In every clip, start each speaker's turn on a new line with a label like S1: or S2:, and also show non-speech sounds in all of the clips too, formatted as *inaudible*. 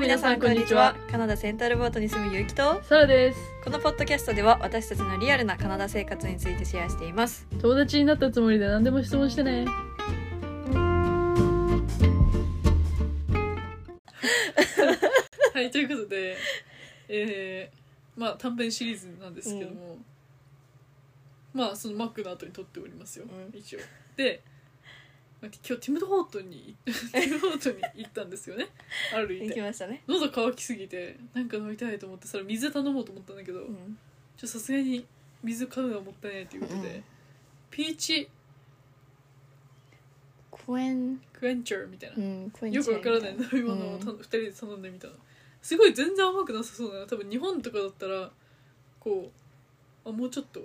S1: 皆さんこんにちはカナダセンタルボートに住むゆうきと
S2: サラです
S1: このポッドキャストでは私たちのリアルなカナダ生活についてシェアしています
S2: 友達になったつもりで何でも質問してねはいということでえー、まあ短編シリーズなんですけども、まあそのマックの後に撮っておりますよ、
S1: う
S2: 一応で今日ティム・ホートンにティム・ホートンに行ったんですよね歩い
S1: 行き
S2: て
S1: ましたね
S2: 喉乾きすぎてなんか飲みたいと思ってそれ水頼もうと思ったんだけど、
S1: うん
S2: ちょさすがに水買うのはもったいないということで、
S1: うん
S2: ピーチ
S1: クエン
S2: クエンチャーみたいな、
S1: うんクエン
S2: よくわからない飲み物をた、2人で頼んでみたのすごい全然甘くなさそうだな多分日本とかだったらこうあもうちょっと、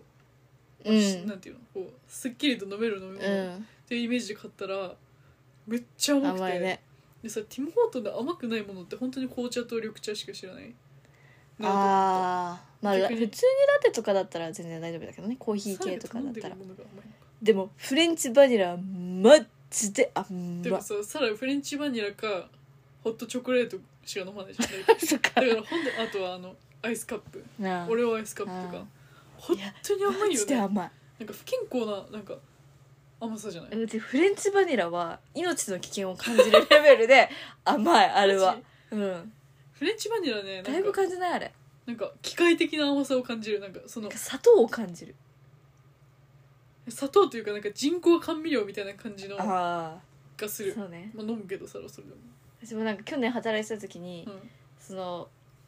S1: うん
S2: なんていうのこうすっきりと飲める飲み
S1: う
S2: 物、
S1: ん
S2: っていうイメージで買ったらめっちゃ甘くて
S1: 甘いね
S2: でさティム・ホートンで甘くないものって本当に紅茶と緑茶しか知らないなと思った
S1: あーまあ普
S2: 逆
S1: 通
S2: に
S1: にラテとかだったら全然大丈夫だけどねコーヒー系とかだった
S2: サラダ
S1: ら
S2: 頼んでるものが甘いのか
S1: でもフレンチバニラはマジで甘
S2: でも
S1: っ
S2: さサラフレンチバニラかホットチョコレートしか飲まないじゃん
S1: *laughs* そっか
S2: だからほんであとはあのアイスカップ
S1: なあ
S2: 俺はアイスカップと
S1: あ
S2: か本当に甘
S1: マ
S2: いよ
S1: ジで
S2: ね
S1: 甘い
S2: なんか不健康ななんか甘さじゃないう
S1: ちフレンチバニラは命の危険を感じるレベルで甘いあれは
S2: マジ
S1: うん
S2: フレンチバニラね
S1: だ
S2: ないん
S1: ぶ
S2: か
S1: 感じないあれ
S2: なんか機械的な甘さを感じるなんかそ
S1: な
S2: の
S1: んか砂糖を感じる
S2: 砂糖というかなんか人工甘味料みたいな感じのが
S1: あ
S2: す
S1: あ
S2: る
S1: そうね
S2: まあ飲むけどサラそれでも
S1: 私もなんか去年働いてた時に、
S2: うん
S1: その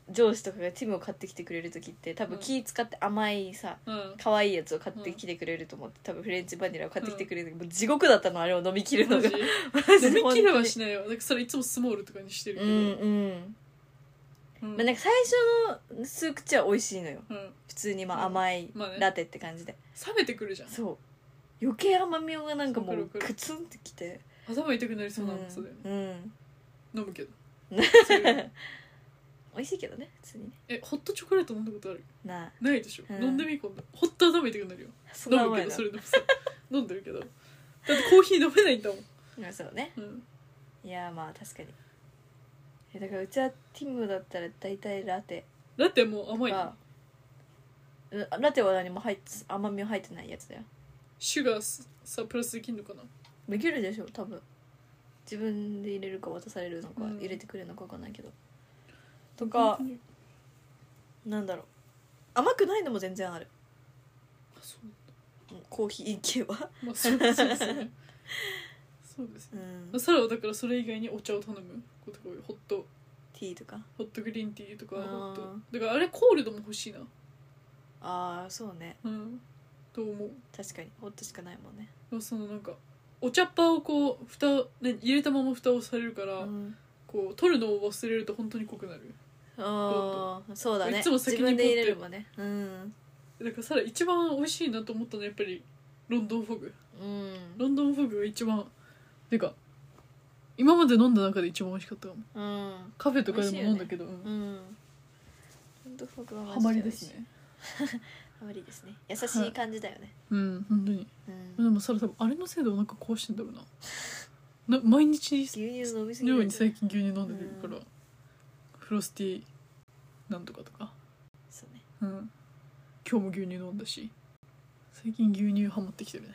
S1: 上司とかがティムを買ってきてくれる時って多分気使って甘いさ
S2: うん
S1: 可愛いやつを買ってきてくれると思って多分フレンチバニラを買ってきてくれる、もう地獄だったのあれを飲み切る *laughs* の
S2: マ
S1: が
S2: ジ
S1: マジで
S2: 飲み切れはし
S1: 本
S2: ないよなんかそれいつもスモールとかにしてる
S1: 当
S2: け
S1: に
S2: ど
S1: うんうん、
S2: うん
S1: まあ、なんか最初の数口は美味しいのよ
S2: うん
S1: 普通にまあ甘い
S2: まあね
S1: ラテって感じで、
S2: 冷めてくるじゃん
S1: そう余計甘みがなんかも
S2: わかる
S1: う
S2: わかる
S1: クツンってきて
S2: 頭痛くなりそうな甘さだよね
S1: うん、うん、
S2: 飲むけ *laughs* ど
S1: *laughs* 美味しいけどね普通にね
S2: えホットチョコレート飲んだことある
S1: なあ
S2: ないでしょ、
S1: うん
S2: 飲んでみ今度ホット温めてくなるよ
S1: そんな
S2: 飲む
S1: 甘
S2: けど
S1: いの
S2: それでもさ飲んでるけどだってコーヒー飲めないんだもん、
S1: うんそうね
S2: うん、
S1: いやまあ確かにえだからうちはティムだったら大体ラテ
S2: だってもう甘い
S1: がうんラテは何も入って甘みは入ってないやつだよ
S2: シュガーすさプラスできんのかな
S1: できるでしょ多分自分で入れるか渡されるのか、
S2: うん
S1: 入れてくれるのか分かんないけどとかなんだろう甘くないのも全然ある
S2: あそう
S1: うんコーヒー系は
S2: まあそうそうですよねそうです
S1: う
S2: ね
S1: ん
S2: まあサラはだからそれ以外にお茶を頼むことが多いホット
S1: ティーとか
S2: ホットグリーンティーとか
S1: あ
S2: ホ
S1: ー
S2: ットだからあれコールドも欲しいな
S1: ああそうね
S2: うんと思う
S1: 確かにホットしかないもんね
S2: でもそのなんかお茶っ葉をこう蓋を、ね、入れたまま蓋をされるから、
S1: うん
S2: こう取るのを忘れると本当に濃くなる
S1: あーそうだね
S2: いつも先に
S1: 自分で入れるもんねうん
S2: だからさら一番美味しいなと思ったのはやっぱりロンドンフォグ
S1: うん
S2: ロンドンフォグが一番てか今まで飲んだ中で一番美味しかったかも
S1: うん
S2: カフェとかでも飲んだけど、うん
S1: うんほんと僕はマジ
S2: ハマりです
S1: 美味しい
S2: ね
S1: ハマりですね優しい感じだよね、
S2: うん本当に
S1: うん
S2: でもさら多分あれのせいでお腹壊してんだろうなな毎日
S1: 牛乳飲みすぎ
S2: のように
S1: そう
S2: 最近牛乳飲んでるから、
S1: う
S2: フロスティーなんとかとか
S1: ね
S2: うん今日も牛乳飲んだし最近牛乳ハマってきてるね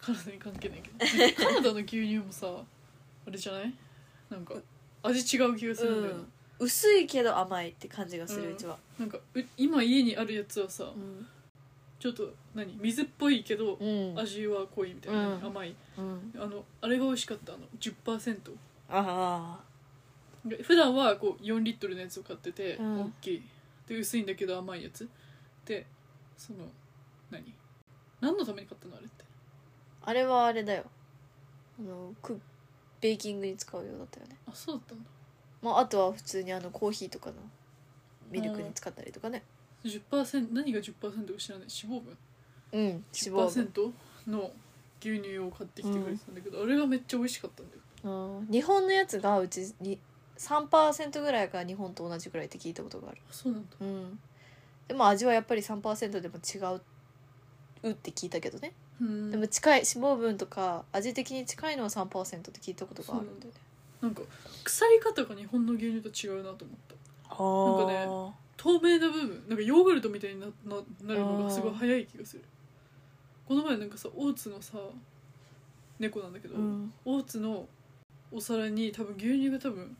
S2: 体に関係ないけどカナダの牛乳もさあれじゃないなんか味違う気がするんだよな,、
S1: うん薄いけど甘いって感じがする、う
S2: うん
S1: ちは
S2: なんかう今家にあるやつはさ
S1: うん
S2: ちょっと何水っぽいけど
S1: うん、
S2: 味は濃いみたいな、
S1: うん
S2: 甘いあのあれが美味しかったあの10%
S1: あ
S2: で普段はこう4リットルのやつを買ってて、
S1: うん
S2: 大きいで薄いんだけど甘いやつでその何何のために買ったのあれって
S1: ああれはあれだよあのクベーキングに使うようだったよね
S2: あそうだったんだ
S1: まああとは普通にあのコーヒーとかのミルクに使ったりとかね
S2: 10%何が10%か知らない脂肪分
S1: うん脂肪分
S2: 10%の牛乳を買ってきてくれてたんだけど、あれがめっちゃ美味しかったんだよ
S1: うん日本のやつがうちに3%ぐらいが日本と同じぐらいって聞いたことがある
S2: あそうなんだ
S1: うんでも味はやっぱり3%でも違ううって聞いたけどね、
S2: うん
S1: でも近い脂肪分とか味的に近いのは3%って聞いたことがあるんだよね
S2: なんか腐り方が日本の牛乳と違うなと思った
S1: あ
S2: んかね
S1: ー
S2: 透明な部分なんかヨーグルトみたいになななるのがすごい早い気がするこの前なんかさオーツのさ猫なんだけど、
S1: うん
S2: オーツのお皿に多分牛乳が多分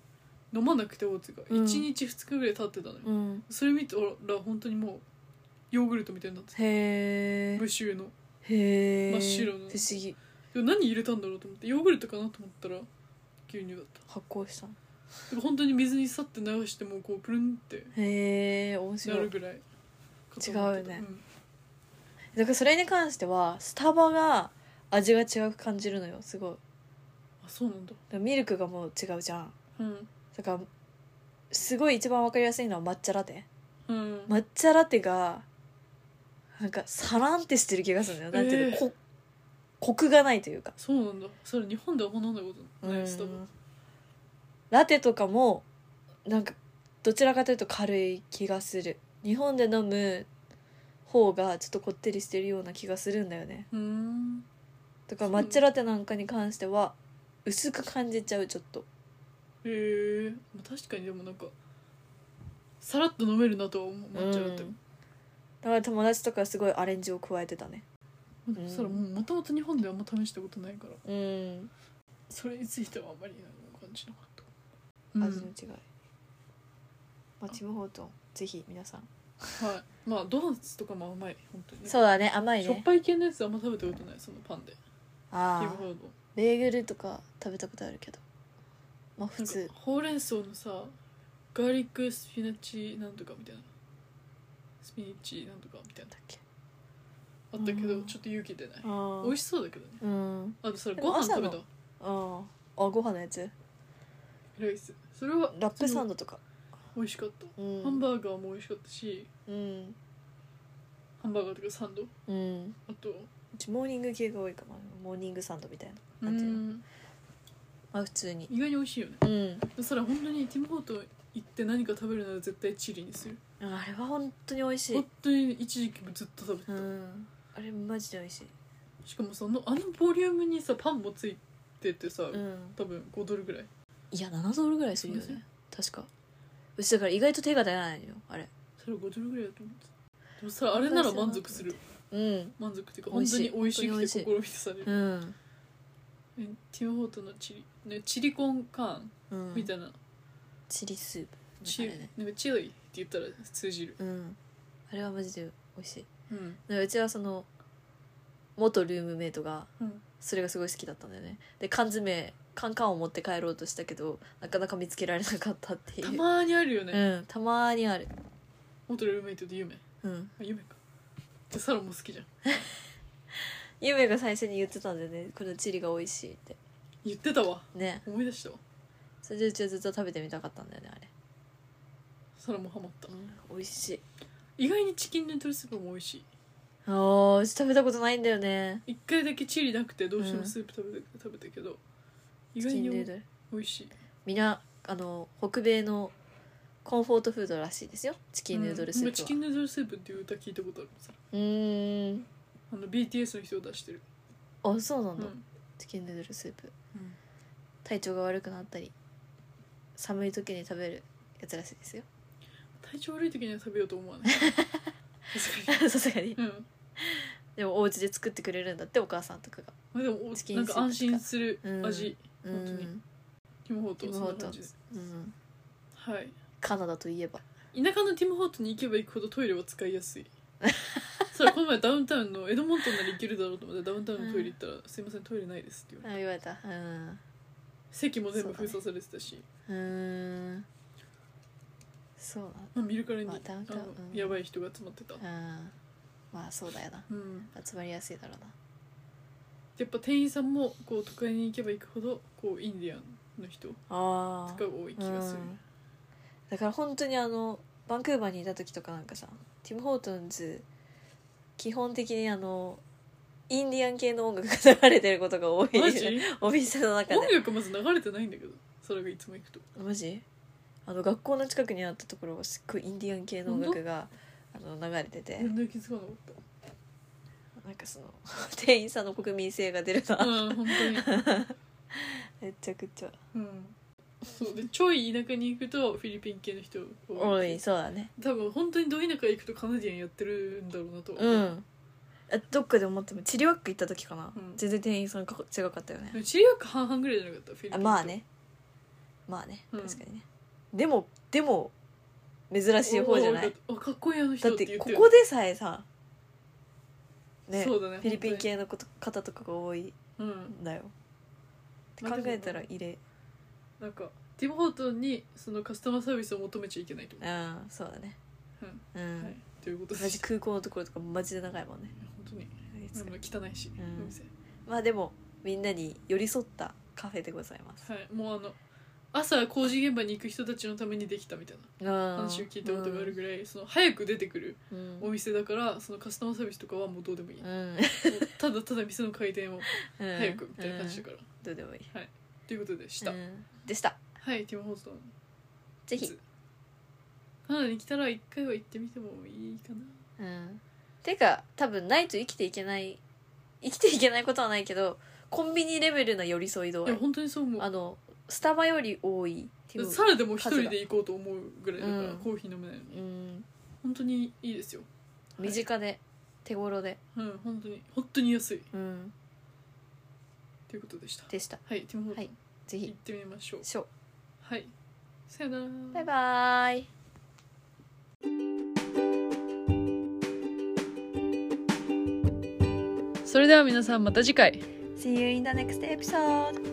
S2: 飲まなくてオーツが、
S1: うん
S2: 1日2日ぐらい経ってたのよ、
S1: うん
S2: それ見たら本当にもうヨーグルトみたいになってた
S1: へえ
S2: 無臭の
S1: へえ
S2: 真っ白の
S1: 不思議
S2: でも何入れたんだろうと思ってヨーグルトかなと思ったら牛乳だった
S1: 発酵したの
S2: でも本当に水にさって流してもうこうプルンって
S1: へえ面
S2: な
S1: 白
S2: る
S1: い
S2: ぐらい
S1: 違うよねだからそれに関してはスタバが味が違く感じるのよすごいだか
S2: あそうなんだ
S1: らミルクがもう違うじゃん
S2: うん
S1: だからすごい一番わかりやすいのは抹茶ラテ
S2: うん、
S1: 抹茶ラテがなんかサランってしてる気がするのよなんていうの、
S2: えー
S1: こコクがないというか
S2: そうなんだそれ日本ではあんま飲んだことないスタバ
S1: うんラテとかもなんかどちらかというと軽い気がする日本で飲む方がちょっとこってりしてるような気がするんだよね
S2: うーん
S1: だから抹茶ラテなんかに関しては薄く感じちゃうちょっと
S2: へえまあ確かにでもなんかさらっと飲めるなとは思っちゃうって、
S1: うんだから友達とかすごいアレンジを加えてたね
S2: まあそしたらもうもともと日本ではあんま試したことないから
S1: うん
S2: それについてはあんまり何も感じなかった、うん
S1: 味の違い、まあちむほうとんぜひ皆さん
S2: はいまあドーナツとかも甘い本当にね
S1: そうだね甘い
S2: しょっ
S1: ね
S2: ぱい系のやつあんま食べたことないそのパンでキ
S1: あ
S2: ム
S1: あ
S2: ホード
S1: ベーグルとか食べたことあるけどまあ普
S2: なん
S1: 通
S2: かほうれん草のさガーリックスピナッチなんとかみたいなスピニッチなんとかみたいな
S1: だっけ
S2: あったけど
S1: うん
S2: ちょっと勇気出ない
S1: あ
S2: 美味しそうだけどね
S1: うん
S2: あとそれ
S1: で
S2: ご
S1: も
S2: 飯食べ
S1: 朝
S2: た
S1: のああご飯のやつ
S2: ライスそれは
S1: ラップサ
S2: その
S1: ンドとか
S2: 美味しかった、
S1: うん
S2: ハンバーガーも美味しかったし
S1: うん
S2: ハンバーガーとかサンド
S1: うん
S2: あと
S1: うちモーニング系が多いかなモーニングサンドみたいな
S2: う
S1: なんていうの
S2: ん
S1: まあ普通に
S2: 意外に美味しいよね
S1: うん
S2: それは本当にティムホートン行って何か食べるなら絶対チリにする
S1: あれは本当に美味しい
S2: 本当に一時期もずっと食べて
S1: う
S2: た、
S1: んあれマジで美味しい
S2: しかもそのあのボリュームにさパンもついててさ、
S1: うん
S2: 多分5ドルぐらい
S1: いや7ドルぐらいするよ
S2: そうで
S1: ね確かうちだから意外と手が出ないのよあれ
S2: それ5ドルぐらいだと思ってたでもさあれなら満足する
S1: うん
S2: 満足っていうか
S1: 美
S2: 本
S1: 味
S2: 当
S1: しい
S2: に美味し
S1: 本当に美味し
S2: く
S1: い
S2: て心満たされる、
S1: うん
S2: えティムホートンのチリ、ね、チリコンカーン
S1: うん
S2: みたいな、
S1: チリスープ
S2: チ
S1: あ
S2: リ
S1: れね
S2: なんかチリって言ったら通じる
S1: うんあれはマジで美味しい
S2: うん
S1: だからうちはその元ルームメイトが
S2: うん
S1: それがすごい好きだったんだよねで缶詰カンカンを持って帰ろうとしたけどなかなか見つけられなかったっていう
S2: たまーにあるよね、
S1: うん、たまーにある
S2: 元ルームメイトで夢あ
S1: うん
S2: 夢かでサラも好きじゃん
S1: ゆめが最初に言ってたんだよねこのチリが美味しいって
S2: 言ってたわ
S1: ね
S2: 思い出したわ
S1: それでうちはずっと食べてみたかったんだよねあれ、
S2: サラもハマった
S1: うん、美味しい
S2: 意外にチキンヌードルスープも美味しい
S1: あーうち食べたことないんだよね
S2: 一回だけチリなくてどうしてもスープ食べた,、食べたけど意
S1: チ
S2: 外
S1: キン
S2: に
S1: ヌードル
S2: 美味しい
S1: みんなあの北米のコンフォートフードらしいですよチキンヌードルス
S2: うん
S1: ー
S2: 俺チ
S1: プ
S2: キ
S1: は
S2: ンヌードルスープっていう歌聞いたことあるさ
S1: うーん
S2: あの BTS の人が出してる、
S1: あそうな
S2: うん
S1: だ、チキンヌードルスープ
S2: うん
S1: 体調が悪くなったり寒い時に食べるやつらしいですよ *laughs*
S2: 体調悪い時には食べようと思わない確か
S1: さすがに
S2: にうん
S1: でもお家で作ってくれるんだってお母さんとかが
S2: まあでもお
S1: チキン
S2: なんか安心する
S1: うん
S2: 味、
S1: う
S2: 本当に
S1: ん、
S2: ティム・ホートン
S1: ティ
S2: そん
S1: ム
S2: な
S1: ホートン
S2: 感じで
S1: うん、
S2: はい
S1: カナダといえば
S2: 田舎のティム・ホートンに行けば行くほどトイレは使いやすい *laughs* そらこの前ダウンタウンのエドモントンなら行けるだろうと思ってダウンタウンのトイレ行ったら「すいませんトイレないです」って言われて
S1: あ言われたうん
S2: 席も全部封鎖されてたし、
S1: うーんそう
S2: まあ、見るからに、
S1: まあダウンタウン
S2: あの
S1: うん
S2: やばい人が集まってた、
S1: だうんまあそうだよな
S2: うん、
S1: 集まりやすいだろうな
S2: やっぱ店員さんもこう都会に行けば行くほどこうインディアンの人と
S1: あ
S2: かが多い気がする、
S1: うんだから本当にあのバンクーバーにいた時とかなんかさティム・ホートンズ基本的にあのインディアン系の音楽が流れてることが多い
S2: マ *laughs* ジ
S1: *laughs* お店の中
S2: 音
S1: で
S2: 楽まず流れてないんだけどそれがいつも行くと
S1: マジあの学校の近くにあったところはすっごいインディアン系の音楽があの流れてて
S2: 全然気づかなかっ
S1: なんかその *laughs* 店員さんの国民性が出る
S2: た
S1: な
S2: うん本当に
S1: めちゃくちゃ
S2: うんそうでちょい田舎に行くとフィリピン系の人
S1: 多いそうだね
S2: 多分本当にど田舎行くとカナディアンやってるんだろうなとは
S1: う
S2: 思う、
S1: んあどっかで思ってもチリワック行った時かな、
S2: うん
S1: 全然店員さんか違かったよね
S2: でも知り合い半々ぐらいじゃなかったフィリピン
S1: あ
S2: と
S1: まあねまあね
S2: うん
S1: 確かにね、でもでも珍しい方じゃな
S2: お
S1: い
S2: ーあかっこいいあの
S1: だ
S2: 人
S1: っ
S2: って
S1: て
S2: 言っ
S1: こ
S2: てる
S1: こでさえさね
S2: そうだね
S1: フィリピン系のこと方とかが多い
S2: 本当にうん
S1: んだよって考えたら入れ
S2: なんかティム・ホートンにそのカスタマーサービスを求めちゃいけないと思
S1: うんそうだね
S2: うん
S1: うん、
S2: う、はい、ということで
S1: マ
S2: す
S1: ジ空港のところとかマジで長いもんね
S2: 本当にうん汚いし、
S1: うん
S2: お店
S1: まあでもみんなに寄り添ったカフェでございます
S2: はいもうあの朝工事現場に行く人たちのためにできたみたいな話
S1: 話
S2: を聞いたことがあるぐらい、その早く出てくる
S1: うん
S2: お店だからそのカスタマーサービスとかはもうどうでもいい、
S1: う
S2: もうんただただ店の回転を
S1: うん
S2: 早くみたいな感じだから、
S1: うんどうでもいい
S2: ということでした、
S1: うんでした
S2: はいティム・ホートン
S1: ぜひ
S2: カナダに来たら一回は行ってみてもいいかな
S1: うんてか多分ないと生きていけない生きていけないことはないけどコンビニレベルな寄り添い度
S2: い
S1: 合
S2: や
S1: い
S2: 本当にそう思う
S1: あのスタバより多いっていう
S2: サラでも一人で行こうと思うぐらいだから、
S1: うん
S2: コーヒー飲めないのに
S1: うん
S2: 本当にいいですよ
S1: 身近で手頃で
S2: うん本当に本当に安い
S1: うん
S2: ということでした
S1: でした
S2: はいティム・ホートン、
S1: はいぜ
S2: 行
S1: ひ
S2: ってみましょう
S1: しょう
S2: はいさよなら
S1: バイバーイ
S2: それでは皆さんまた次回
S1: See you in the next episode